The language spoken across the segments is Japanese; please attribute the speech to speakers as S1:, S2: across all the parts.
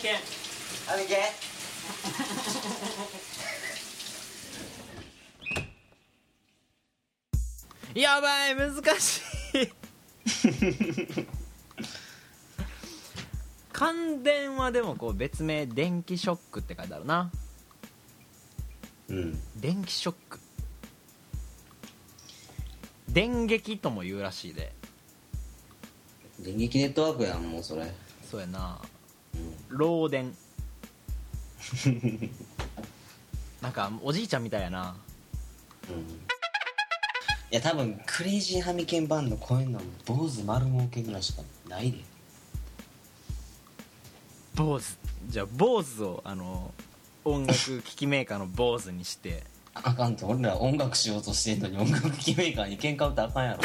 S1: けん
S2: Let me get.
S3: やばい難し い感電はでもこう別名電気ショックって書いてあるな
S4: うん
S3: 電気ショック電撃とも言うらしいで
S4: 電撃ネットワークやんもうそれ
S3: そうやな漏 電なんかおじいちゃんみたいやな
S4: うんいや多分クレイジーハミケンバンドこういうの坊主丸儲けぐらいしかないで
S3: 坊主じゃあ坊主をあの音楽機器メーカーの坊主にして
S4: あかんって俺ら音楽しようとしてんのに音楽機メーカーに喧嘩売ったらあかんやろ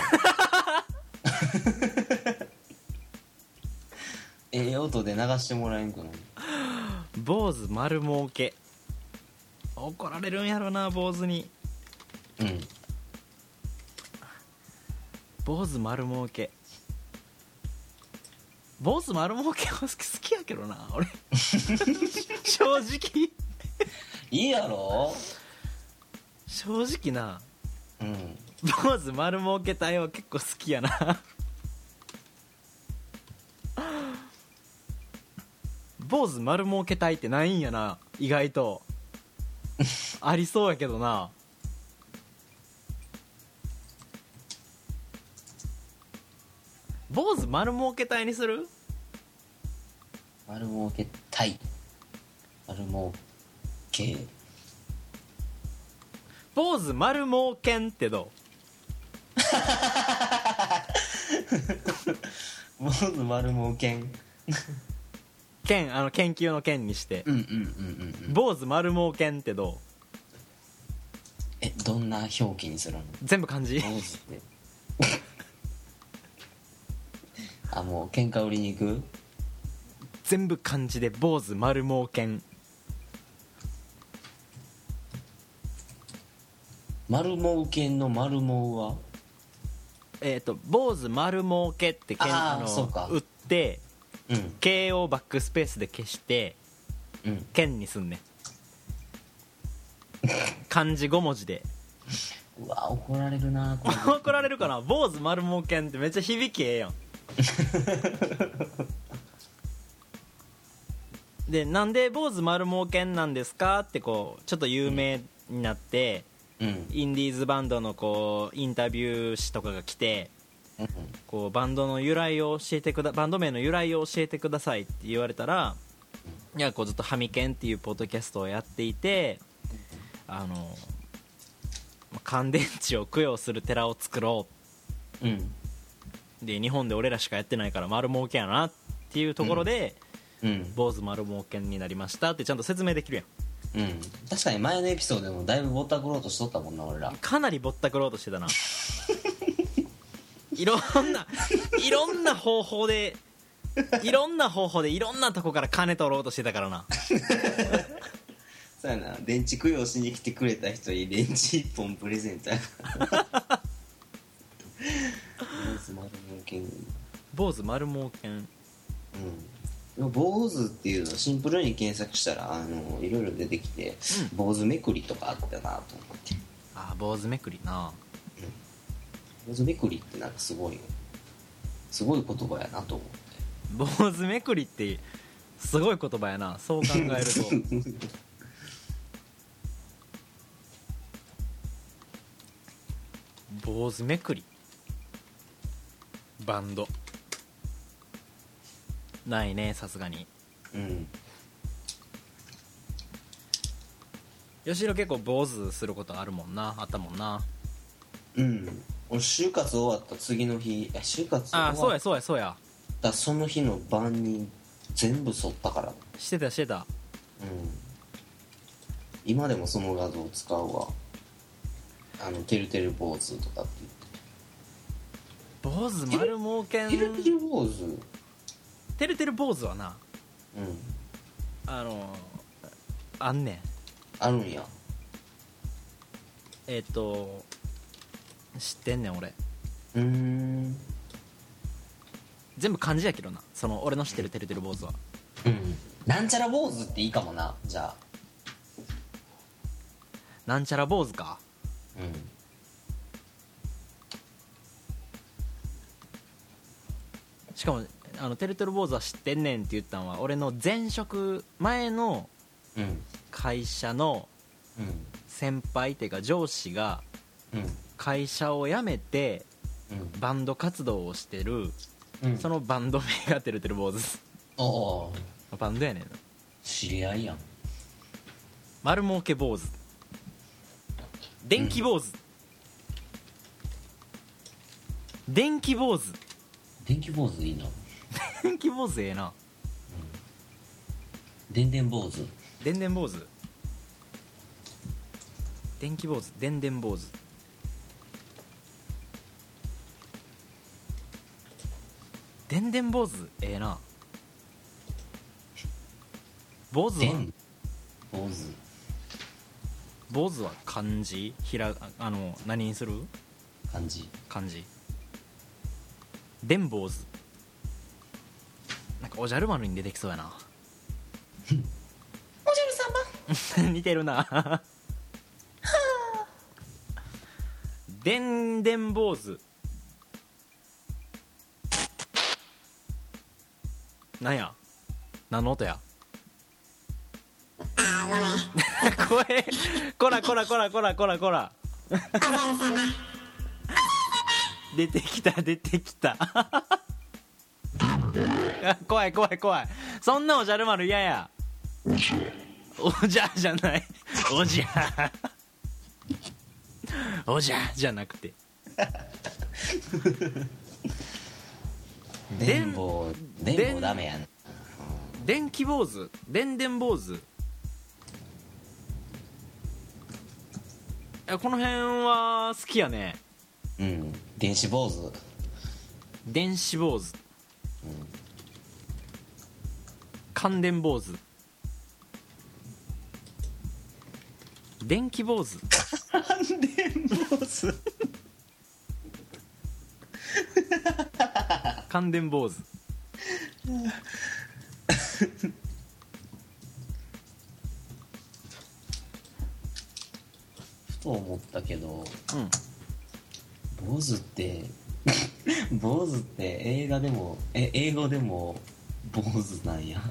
S4: ええ音で流してもらえんくない
S3: 坊主丸儲け怒られるんやろな坊主に
S4: うん
S3: 坊主丸儲け坊主丸儲けは好き好きやけどな俺正直
S4: いいやろ
S3: 正直な
S4: うん
S3: 坊主丸儲け隊は結構好きやな坊主丸儲け隊ってないんやな意外とありそうやけどな坊主丸儲け隊にする
S4: 丸儲けたい丸儲け
S3: 坊主丸儲けんってど
S4: 坊主丸儲けん
S3: う剣あの研究の剣にして
S4: うんうんうんうん
S3: 坊主丸儲けんってど
S4: えどんな表記にするの
S3: う全部漢字
S4: 坊主 ってあもう喧嘩売りに行く
S3: 全部漢字で坊主丸儲けん
S4: 丸儲けんの丸儲は
S3: えっ、と坊主丸儲けってけん
S4: あー
S3: の
S4: そうか
S3: 打って
S4: うん
S3: 慶応バックスペースで消して
S4: うん
S3: 剣にす んねん漢字5文字で
S4: うわ怒られるなこれ
S3: 怒られるかな坊主丸儲けんってめっちゃ響きえ えやんでなんで坊主丸儲けんなんですかってこうちょっと有名になって、
S4: うん
S3: インディーズバンドのこうインタビュー誌とかが来て
S4: うん
S3: こうバンドの由来を教えてくだバンド名の由来を教えてくださいって言われたらいやこうずっと「ハミケン」っていうポッドキャストをやっていてあのまあ乾電池を供養する寺を作ろ
S4: うん
S3: うで日本で俺らしかやってないから丸儲けやなっていうところで、
S4: うん
S3: 坊主丸儲けになりましたってちゃんと説明できるやん
S4: うん確かに前のエピソードでもだいぶぼったくろうとしとったもんな俺ら
S3: かなりぼったくろうとしてたないろんないろんな方法でいろんな方法でいろんなとこから金取ろうとしてたからな
S4: そうやな電池供養しに来てくれた人に電池1本プレゼントや 坊主丸儲けん
S3: 坊主丸儲けん
S4: うん、坊主っていうのをシンプルに検索したらあのいろいろ出てきて、坊主めくりとかあったなと思って
S3: ああ坊主めくりな
S4: 坊主めくりってなんかすごいよすごい言葉やなと思って
S3: 坊主めくりってすごい言葉やなそう考えると 坊主めくりバンドないねさすがに
S4: うん
S3: 吉野結構坊主することあるもんなあったもんな
S4: うん俺就活終わった次の日え就活終
S3: ああそう
S4: わ
S3: や
S4: っ
S3: そうやそうや
S4: たその日の晩に全部剃ったからうん
S3: してたしてた
S4: 今でもその画像使うわあの「てるてる坊主」とかって
S3: 坊主丸儲け
S4: 言って「てるて
S3: ん
S4: る坊主」うん
S3: てるてる坊主はなあのあんねん
S4: あるんや
S3: えっ、と知ってんねん俺
S4: うーん
S3: 全部漢字やけどなその俺の知ってるてるてる坊主は
S4: うんなんちゃら坊主っていいかもなじゃあ
S3: なんちゃら坊主か
S4: うん
S3: しかもあのてるてる坊主は知ってんねんって言ったんは俺の前職前の
S4: うん
S3: 会社の
S4: うん
S3: 先輩っていうか上司が
S4: うん
S3: 会社を辞めて
S4: うん
S3: バンド活動をしてる
S4: うん
S3: そのバンド名がてるてる坊主
S4: おお
S3: バンドやねんな
S4: 知り合いやん
S3: 丸儲け坊主電気坊主、電気坊主
S4: 電気坊主いいな
S3: 電気坊主ええな
S4: 電電坊主
S3: 電電坊主電気坊主電電坊主電電坊主ええな坊主は
S4: 電坊主
S3: 坊主は漢字ひらあの何にする
S4: 漢字
S3: 漢字電坊主なんかおじゃる丸に出てきそうや な
S4: おじゃる 様
S3: 似てるな電電坊主なんや何の音やあー ごめんこらこらこらこらこらこら出てきた出てきた あ怖い怖い怖いそんなおじゃる丸嫌やおじゃじゃないおじゃ おじゃじゃなくて
S4: 電坊電坊ダメやん
S3: 電気坊主電電坊主いやこの辺は好きやね
S4: うん電子坊主
S3: 電子坊主感電坊主電気坊主
S4: 感電坊主
S3: 感電坊主
S4: ふと思ったけど
S3: うん
S4: 坊主って 坊主って映画でもえ英語でも坊主なんや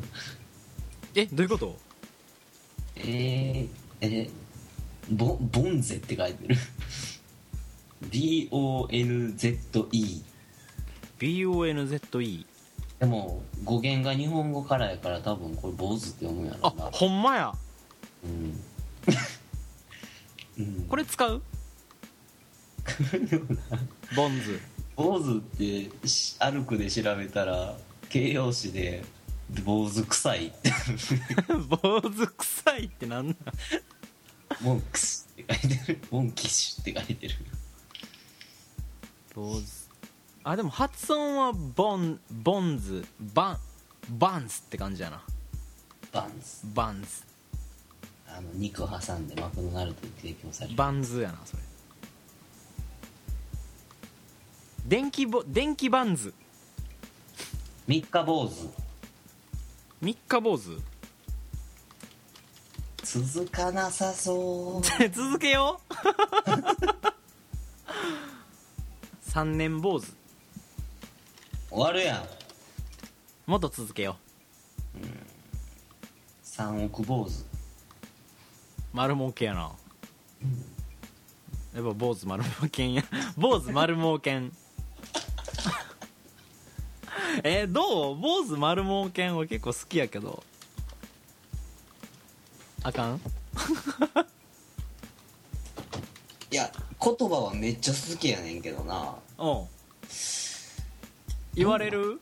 S3: えどういうこと
S4: えー、えボボンゼって書いてる BONZE
S3: BONZE
S4: でも語源が日本語からやから多分これ坊主って読むんや
S3: あ
S4: ろな
S3: ほんまや
S4: うんうん、
S3: これ使うボンズ
S4: 坊主ってし歩くで調べたら形容詞で坊主臭いって
S3: 坊主臭いってなんなん
S4: モンクスって書いてるモンキッシュって書いてる
S3: 坊主あでも発音はボンボンズバンバンズって感じやな
S4: バンズ
S3: バンズ
S4: あの肉挟んでマクドナルドに提供される
S3: バンズやなそれ電気ぼ電気バンズ
S4: 三日坊主
S3: 三日坊主
S4: 続かなさそう
S3: 続けよう 三年坊主
S4: 終わるやん
S3: もっと続けよ
S4: 三億坊主
S3: う丸儲けやなやっぱ坊主丸儲けんや坊主丸儲けん えーどう坊主丸儲けんは結構好きやけどあかん
S4: いや言葉はめっちゃ好きやねんけどな
S3: おう言われる
S4: ん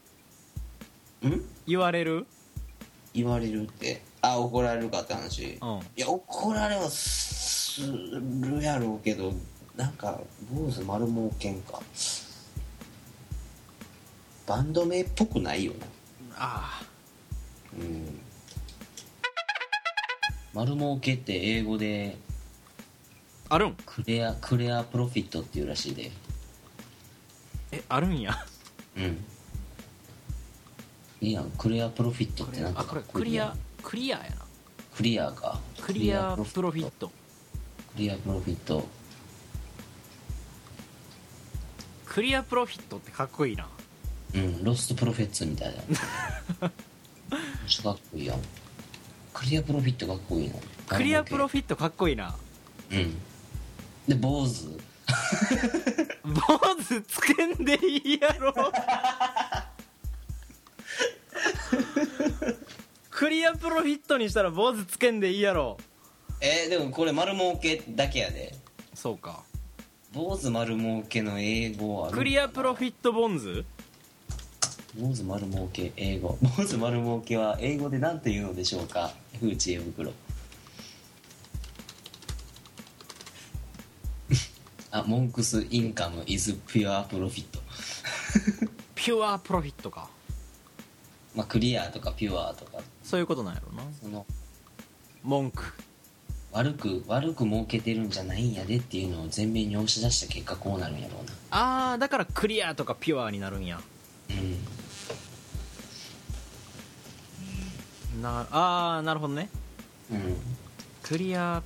S3: 言われる
S4: 言われるってあ怒られるかって話
S3: うん
S4: いや怒られはするやろうけどなんか坊主丸儲けんかバンド名っぽくないよな
S3: ああ
S4: うん丸儲けって英語で
S3: あるん
S4: クレアクレアプロフィットっていうらしいで
S3: えあるんや
S4: うんいいやんクリアプロフィットってなんか
S3: あこれクリアクリアやな
S4: クリアか
S3: クリアプロフィッ
S4: ク
S3: ト
S4: リアプロフィット
S3: クリアプロフィットってかっこいいな
S4: うんロストプロフェッツみた いなかっこいいやんクリアプロフィットかっこいいな
S3: クリアプロフィットかっこいいな
S4: うんで坊主
S3: 坊主つけんでいいやろクリアプロフィットにしたら坊主つけんでいいやろ
S4: えー、でもこれ丸儲けだけやで
S3: そうか
S4: 坊主丸儲けの英語ある
S3: クリアプロフィットボンズ
S4: 坊主丸儲け英語 坊主丸儲けは英語で何て言うのでしょうか風知恵袋 あモンクスインカムイズピュアプロフィット
S3: ピュアプロフィットか
S4: まあクリアとかピュアとか
S3: そういうことなんやろな
S4: その
S3: 文句
S4: 悪く悪く儲けてるんじゃないんやでっていうのを前面に押し出した結果こうなるんやろうな
S3: あーだからクリアとかピュアになるんや
S4: うん
S3: なあーなるほどね
S4: うん
S3: クリア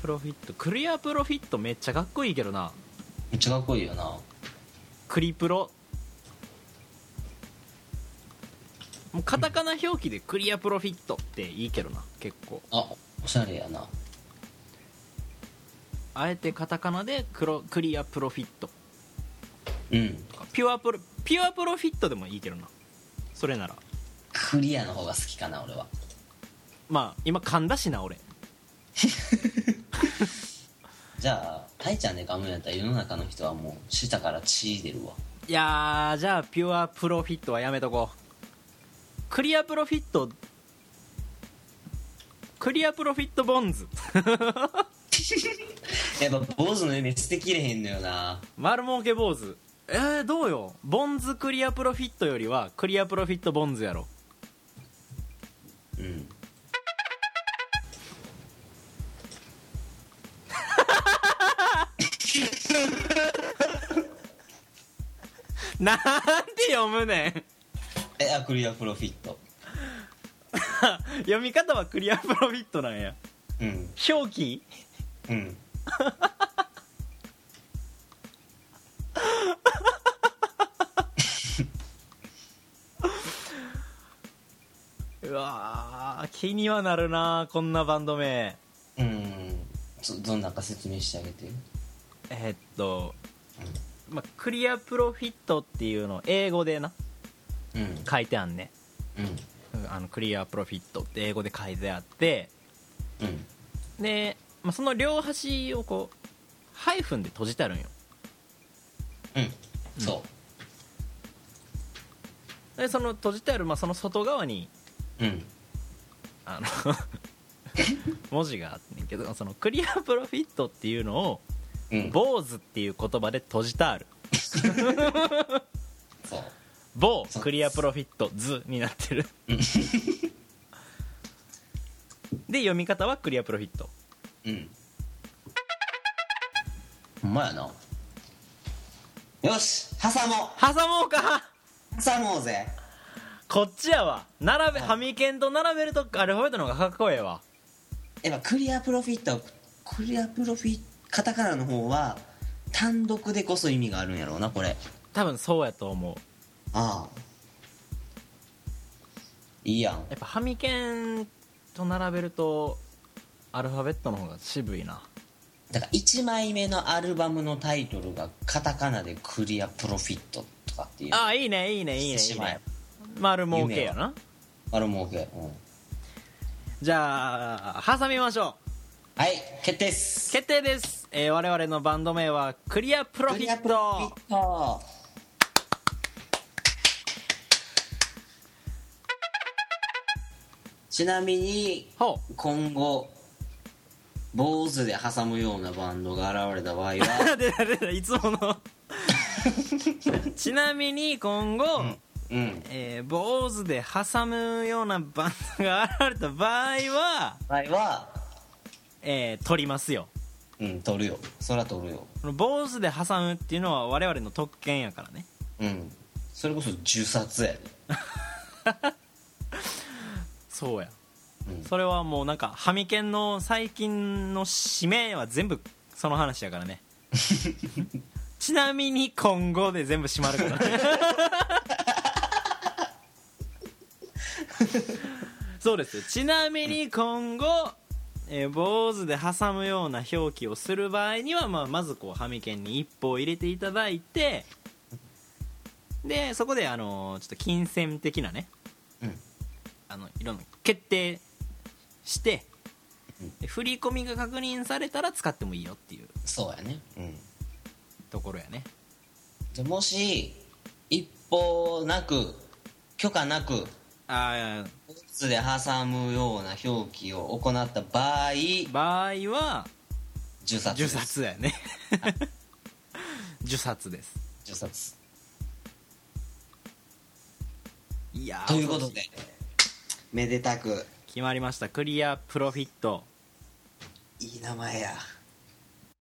S3: プロフィットクリアプロフィットめっちゃかっこいいけどな
S4: めっちゃかっこいいよな
S3: クリプロもうカタカナ表記でクリアプロフィットっていいけどな結構
S4: あおしゃれやな
S3: あえてカタカナでクロクリアプロフィット
S4: うん
S3: とかピュアプロピュアプロフィットでもいいけどなそれなら
S4: クリアの方が好きかな俺は
S3: まあ今噛んだしな俺
S4: じゃあタイちゃんで噛むんやったら世の中の人はもう舌から血出るわ
S3: いやーじゃあピュアプロフィットはやめとこうクリアプロフィットクリアプロフィットボンズ
S4: やっぱ坊主の夢捨てきれへんのよな
S3: 丸儲け坊主えー、どうよボンズクリアプロフィットよりはクリアプロフィットボンズやろ
S4: うん
S3: なんで読むねん
S4: えあクリアプロフィット
S3: 読み方はクリアプロフィットなんや
S4: うん
S3: 表記
S4: うん
S3: うわー気にはなるなこんなバンド名
S4: うんそどんなんか説明してあげて
S3: えーっと、まあ、クリアプロフィットっていうのを英語でな
S4: うん
S3: 書いてあんね
S4: うん
S3: うんあのクリアプロフィットって英語で書いてあって
S4: うん
S3: で、まあ、その両端をこうハイフンで閉じてあるんよ
S4: うんそ
S3: でその閉じてある、まあ、その外側に
S4: ううん
S3: あ の文字があってんけどそのクリアプロフィットっていうのを
S4: うん
S3: 坊主っていう言葉で閉じてある
S4: そう
S3: 某クリアプロフィット図にな ってるで読み方はクリアプロフィット
S4: うんほんまやなよし挟も
S3: 挟もうか
S4: う挟もうぜ
S3: こっちやわ並べハミケンと並べるとアルファベットの方がかっこええわ
S4: やっぱクリアプロフィットクリアプロフィカタカナの方は単独でこそ意味があるんやろうなこれ
S3: 多分そうやと思う
S4: ああいいやん
S3: やっぱハミケンと並べるとアルファベットの方が渋いな
S4: だから1枚目のアルバムのタイトルがカタカナでクリアプロフィットとかっていう
S3: ああいいねいいねいいねいいね丸儲けやな
S4: あれも OK、うん、
S3: じゃあ挟みましょう
S4: はい決定っす
S3: 決定です、えー我々のバンド名はクリアプロフ
S4: ク
S3: ィ
S4: リア
S3: ッ
S4: プロフィ
S3: ト
S4: ットちなみに
S3: ほう
S4: 今後坊主で挟むようなバンドが現れた場合は
S3: 出た出た いつものちなみに今後、
S4: うん
S3: えー坊主で挟むようなバンドが現れた場合は、
S4: 場合は
S3: えー取りますよ
S4: うん取るよそら取るよ
S3: この坊主で挟むっていうのは我々の特権やからね
S4: うんそれこそ銃殺やで
S3: そうや
S4: うん
S3: それはもうなんかハミケンの最近の締めは全部その話やから ねちなみに今後で全部閉まるから ねそうですよちなみに今後、えー坊主で挟むような表記をする場合には、まあ、まずこうハミケンに一歩を入れていただいてでそこであのーちょっと金銭的なね
S4: うん
S3: あのいろんな決定して、で振り込みが確認されたら使ってもいいよっていう
S4: そうやねうん
S3: ところやね
S4: じゃあもし一方なく許可なく
S3: ああ
S4: ブーツで挟むような表記を行った場合
S3: 場合は
S4: 銃殺
S3: 受
S4: です
S3: 殺やね 受殺です
S4: 銃殺
S3: いやー
S4: ということでめでたく
S3: 決まりましたクリアプロフィット
S4: いい名前や